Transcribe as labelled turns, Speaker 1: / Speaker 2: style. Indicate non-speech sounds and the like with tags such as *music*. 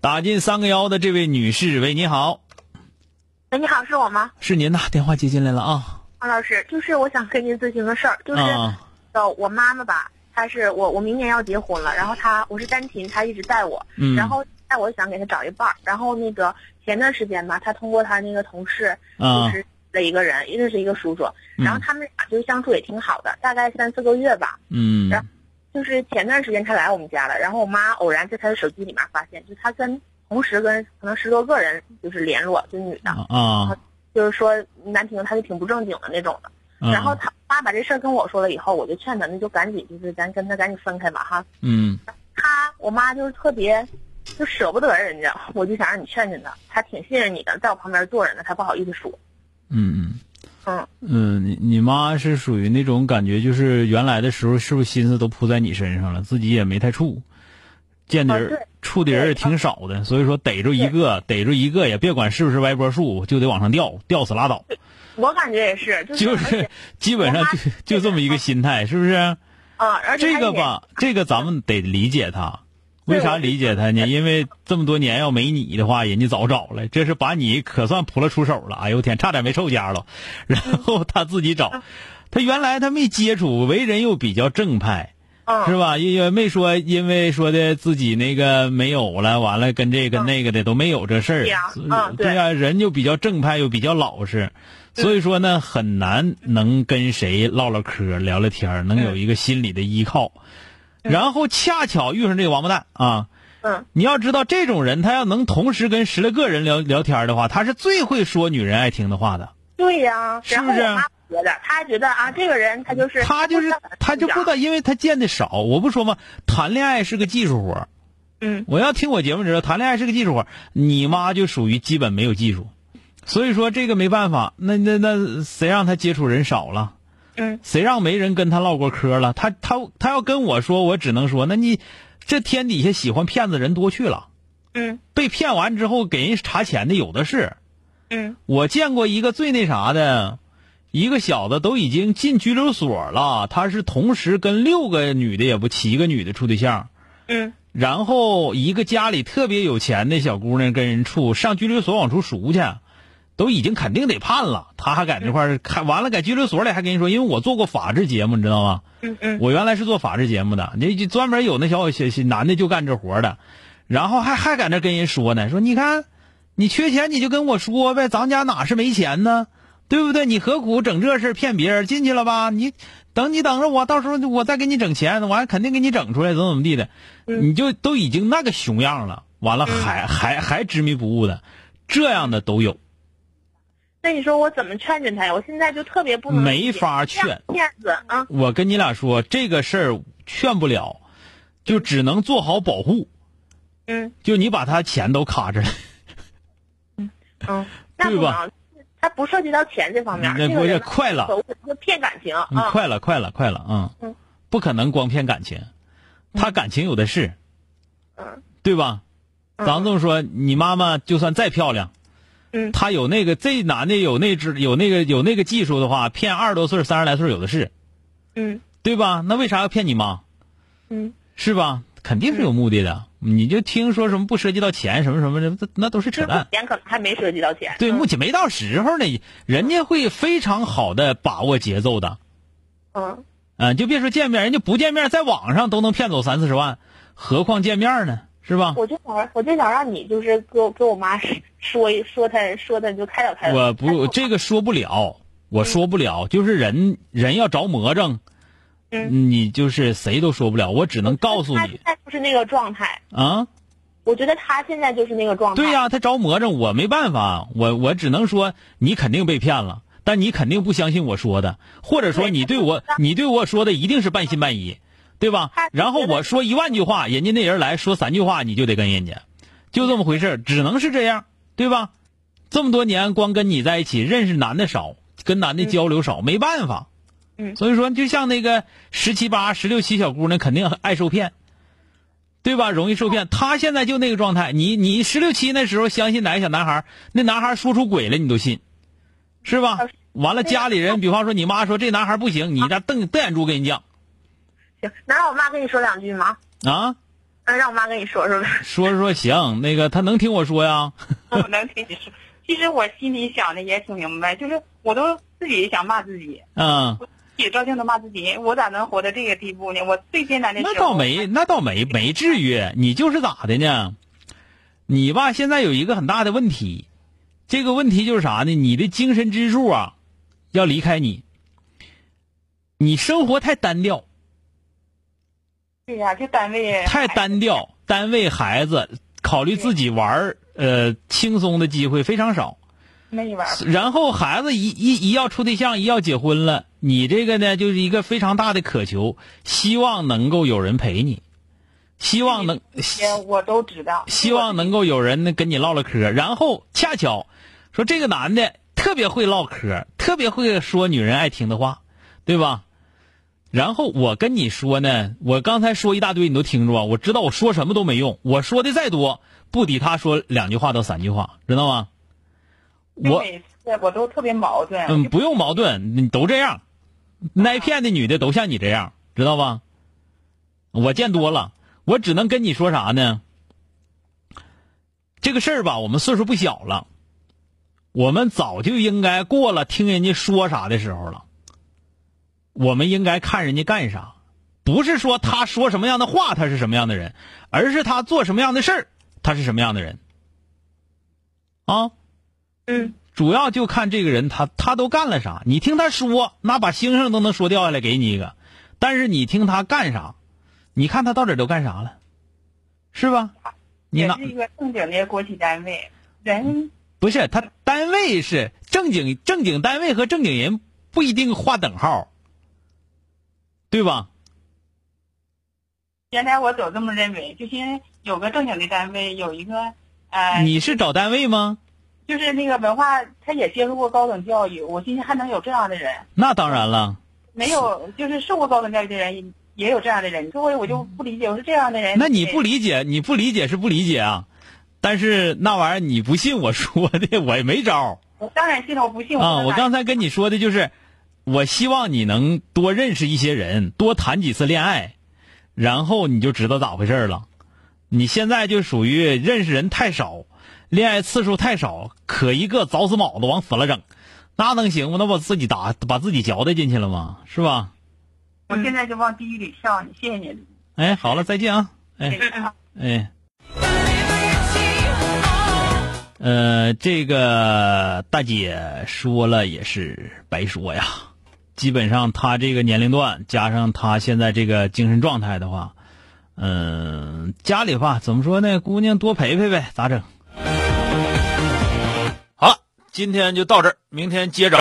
Speaker 1: 打进三个幺的这位女士，喂，你好，
Speaker 2: 喂，哎你好，是我吗？
Speaker 1: 是您呐，电话接进来了啊
Speaker 2: 王老师，就是我想跟您咨询个事儿，就是
Speaker 1: 啊
Speaker 2: 呃，我妈妈吧，她是我我明年要结婚了，然后她我是单亲，她一直带我，
Speaker 1: 嗯
Speaker 2: 然后带我想给她找一伴儿，然后那个前段时间吧，她通过她那个同事就
Speaker 1: 啊
Speaker 2: 是了一个人，认识一个叔叔，然后
Speaker 1: 嗯
Speaker 2: 他们俩就相处也挺好的，大概三四个月吧，
Speaker 1: 嗯
Speaker 2: 然后就是前段时间他来我们家了，然后我妈偶然在他的手机里面发现，就他跟同时跟可能十多个人就是联络，就女的，
Speaker 1: 啊
Speaker 2: 就是说难听，他就挺不正经的那种的。
Speaker 1: 啊
Speaker 2: 然后他妈把这事儿跟我说了以后，我就劝他，那就赶紧就是咱跟他赶紧分开吧哈。
Speaker 1: 嗯
Speaker 2: 他我妈就是特别就舍不得人家，我就想让你劝劝他，他挺信任你的，在我旁边坐着呢，他不好意思说。
Speaker 1: 嗯嗯
Speaker 2: 嗯，
Speaker 1: 嗯，你你妈是属于那种感觉，就是原来的时候是不是心思都扑在你身上了，自己也没太处，见底
Speaker 2: 啊对啊
Speaker 1: 儿处的人也挺少的，所以说逮住一个逮住一个也别管是不是歪脖树，就得往上吊，吊死拉倒，
Speaker 2: 我感觉也是，
Speaker 1: 就
Speaker 2: 就是而
Speaker 1: *laughs*
Speaker 2: 且
Speaker 1: 是基本上
Speaker 2: 我妈
Speaker 1: 就就这么一个心态，是不是？
Speaker 2: 嗯，而且
Speaker 1: 这
Speaker 2: 他
Speaker 1: 个
Speaker 2: 也 *laughs*
Speaker 1: 吧，这个咱们得理解他。为
Speaker 2: 对
Speaker 1: 啥
Speaker 2: 我
Speaker 1: 理解他呢？因为这么多年要没你的话，人家早找了。这是把你可算扑了出手了。哎呦我天，差点没臭家了。然后他自己
Speaker 2: 嗯
Speaker 1: 找，他原来他没接触，为人又比较正派，
Speaker 2: 嗯
Speaker 1: 是吧？也也没说因为说的自己那个没有了，完了跟这个那个的都没有这事儿
Speaker 2: 嗯对嗯呀。嗯
Speaker 1: 对呀，人就比较正派，又比较老实，所以说呢，很难能跟谁唠唠嗑、聊聊天儿，能
Speaker 2: 嗯
Speaker 1: 有一个心理的依靠。然后恰巧遇上这个王八蛋啊！
Speaker 2: 嗯
Speaker 1: 你要知道，这种人他要能同时跟十来个人聊聊天儿的话，他是最会说女人爱听的话的。
Speaker 2: 对呀、
Speaker 1: 是
Speaker 2: 然
Speaker 1: 不
Speaker 2: 后
Speaker 1: 是
Speaker 2: 我妈觉得，她觉得啊，这个人他就是
Speaker 1: 他就是他就不知道，因为他见的少。我不说嘛，谈恋爱是个技术活儿。
Speaker 2: 嗯
Speaker 1: 我要听我节目知道，谈恋爱是个技术活儿。你妈就属于基本没有技术，所以说这个没办法。那那那谁让他接触人少了？
Speaker 2: 嗯
Speaker 1: 谁让没人跟他唠过嗑了？他他他要跟我说，我只能说，那你这天底下喜欢骗子人多去了，
Speaker 2: 嗯
Speaker 1: 被骗完之后给人查钱的有的是。
Speaker 2: 嗯
Speaker 1: 我见过一个最那啥的，一个小子都已经进拘留所了，他是同时跟六个女的也不七个女的处对象，
Speaker 2: 嗯
Speaker 1: 然后一个家里特别有钱的小姑娘跟人处，上拘留所往出赎去，都已经肯定得判了，他还在那块儿看完了，在拘留所里还跟人说，因为我做过法制节目，你知道吗？
Speaker 2: 嗯 *laughs* 嗯
Speaker 1: 我原来是做法制节目的，那就专门有那小小小男的就干这活儿的，然后还还在那跟人说呢，说你看，你缺钱你就跟我说呗，咱家哪是没钱呢，对不对？你何苦整这事儿骗别人？进去了吧，你等你等着我，到时候我再给你整钱，完肯定给你整出来，怎么怎么地的，
Speaker 2: 嗯
Speaker 1: 你就都已经那个熊样了，完了还、还还执迷不悟的，这样的都有，
Speaker 2: 那你说我怎么劝劝他呀？我现在就特别不能
Speaker 1: 没
Speaker 2: 理解
Speaker 1: 法
Speaker 2: 这样
Speaker 1: 劝。
Speaker 2: 骗子啊，
Speaker 1: 我跟你俩说，这个事儿劝不了，就只能做好保护。
Speaker 2: 嗯
Speaker 1: 就你把他钱都卡着了，
Speaker 2: *laughs* 嗯，那
Speaker 1: 对
Speaker 2: 不
Speaker 1: 吧
Speaker 2: 能，他不涉及到钱这方面，
Speaker 1: 那
Speaker 2: 这
Speaker 1: 不
Speaker 2: 个
Speaker 1: 是
Speaker 2: 人
Speaker 1: 快了，
Speaker 2: 所谓就骗感情
Speaker 1: 嗯
Speaker 2: 啊，
Speaker 1: 快了，快了，快了，嗯
Speaker 2: 嗯，
Speaker 1: 不可能光骗感情，他感情有的是，
Speaker 2: 嗯
Speaker 1: 对吧？
Speaker 2: 嗯
Speaker 1: 咱这么说，你妈妈就算再漂亮，
Speaker 2: 嗯
Speaker 1: 她有那个这男的有那只有那个有那个技术的话，骗二十多岁、三十来岁有的是，
Speaker 2: 嗯
Speaker 1: 对吧？那为啥要骗你妈？
Speaker 2: 嗯
Speaker 1: 是吧？肯定是有目的的。你就听说什么不涉及到钱什么什么的，那都是扯
Speaker 2: 这
Speaker 1: 淡
Speaker 2: 目。前可能还没涉及到钱，
Speaker 1: 对，
Speaker 2: 嗯
Speaker 1: 目前没到时候呢，人家会非常好的把握节奏的。
Speaker 2: 嗯
Speaker 1: 啊，就别说见面，人家不见面，在网上都能骗走三四十万，何况见面呢？是吧？
Speaker 2: 我就想，我就想让你就是跟跟我妈说一说他说他，你就开导开导。
Speaker 1: 我不这个说不了，我说不了，就是人人要着魔怔，
Speaker 2: 嗯
Speaker 1: 你就是谁都说不了，我只能告诉
Speaker 2: 他
Speaker 1: 你
Speaker 2: 现在就是那个状态，
Speaker 1: 啊，
Speaker 2: 我觉得他现在就是那个状态。
Speaker 1: 对、呀、他着魔怔，我没办法，我我只能说你肯定被骗了，但你肯定不相信我说的，或者说
Speaker 2: 对
Speaker 1: 你对我
Speaker 2: 他
Speaker 1: 你对我说的一定是半信半疑，对吧
Speaker 2: 他？
Speaker 1: 然后
Speaker 2: 觉得
Speaker 1: 我说一万句话，人家那人来说三句话，你就得跟人家，就这么回事儿，只能是这样，对吧？这么多年光跟你在一起，认识男的少，跟男的交流少，没办法。
Speaker 2: 嗯
Speaker 1: 所以说就像那个十七八、十六七小姑娘，肯定爱受骗，对吧？容易受骗。她现在就那个状态，你你十六七那时候相信哪个小男孩，那男孩说出轨来你都信，是吧
Speaker 2: 老师？
Speaker 1: 完了，
Speaker 2: 啊对
Speaker 1: 家里人，比方说你妈说这男孩不行，你家瞪瞪眼珠跟人讲
Speaker 2: 行，能让我妈跟你说两句吗？
Speaker 1: 啊，
Speaker 2: 嗯，让我妈跟你说说 *laughs* 呗。
Speaker 1: 说说行，那个他能听我说呀？
Speaker 3: 我能听你说。其实我心里想的也挺明白，就是我都自己想骂自己，
Speaker 1: 嗯，
Speaker 3: 也照镜子骂自己，我咋能活到这个地步呢？我最艰难的时候，
Speaker 1: 那
Speaker 3: *laughs*
Speaker 1: 倒没，那倒没，没至于。你就是咋的呢？你吧，现在有一个很大的问题，这个问题就是啥呢？你的精神支柱啊，要离开你，你生活太单调，
Speaker 3: 对呀、这单位
Speaker 1: 太单调，单位孩子，考虑自己玩儿，呃，轻松的机会非常少。
Speaker 3: 没玩儿。
Speaker 1: 然后孩子一一一要处对象，一要结婚了，你这个呢就是一个非常大的渴求，希望能够有人陪你，希望能
Speaker 3: 也我都知道，
Speaker 1: 希望能够有人呢跟你唠唠嗑，然后恰巧说这个男的特别会唠嗑，特别会说女人爱听的话，对吧？然后我跟你说呢，我刚才说一大堆，你都听着啊，我知道我说什么都没用，我说的再多，不抵他说两句话到三句话，知道吗？我
Speaker 3: 每次我都特别矛盾。
Speaker 1: 嗯，不用矛盾，你都这样，挨骗的女的都像你这样，知道吧？我见多了，我只能跟你说啥呢？这个事儿吧，我们岁数不小了，我们早就应该过了听人家说啥的时候了。我们应该看人家干啥，不是说他说什么样的话他是什么样的人，而是他做什么样的事儿他是什么样的人。啊，
Speaker 2: 嗯，
Speaker 1: 主要就看这个人他他都干了啥。你听他说，那把星星都能说掉下来给你一个，但是你听他干啥，你看他到底都干啥了，是吧？你嗯
Speaker 3: 也
Speaker 1: 拿
Speaker 3: 是一个正经的国企单位，人
Speaker 1: 不是他单位是正经正经单位和正经人不一定划等号，对吧？
Speaker 3: 原来我总这么认为，就寻思有个正经的单位，有一个呃，
Speaker 1: 你是找单位吗？
Speaker 3: 就是那个文化，他也接受过高等教育，我心想还能有这样的人。
Speaker 1: 那当然了，
Speaker 3: 没有，就是受过高等教育的人也有这样的人。所以我就不理解，我说这样的人，
Speaker 1: 那你不理解，你不理解是不理解啊。但是那玩意儿你不信我说的，我也没招儿
Speaker 3: 我当然信了，我不信
Speaker 1: 啊。
Speaker 3: 不
Speaker 1: 我
Speaker 3: 能拿
Speaker 1: 刚才跟你说的就是，我希望你能多认识一些人，多谈几次恋爱，然后你就知道咋回事儿了。你现在就属于认识人太少，恋爱次数太少，可一个早死卯子往死了整，那能行吗？那我自己打把自己嚼带进去了吗？是吧？
Speaker 3: 我现在就往地狱里跳，你谢谢你。
Speaker 1: 哎，好了，再见啊！哎。
Speaker 3: 谢谢啊
Speaker 1: 哎，呃，这个大姐说了也是白说呀。基本上她这个年龄段，加上她现在这个精神状态的话，嗯、家里吧怎么说呢？姑娘多陪陪呗，咋整？好了，今天就到这儿，明天接着。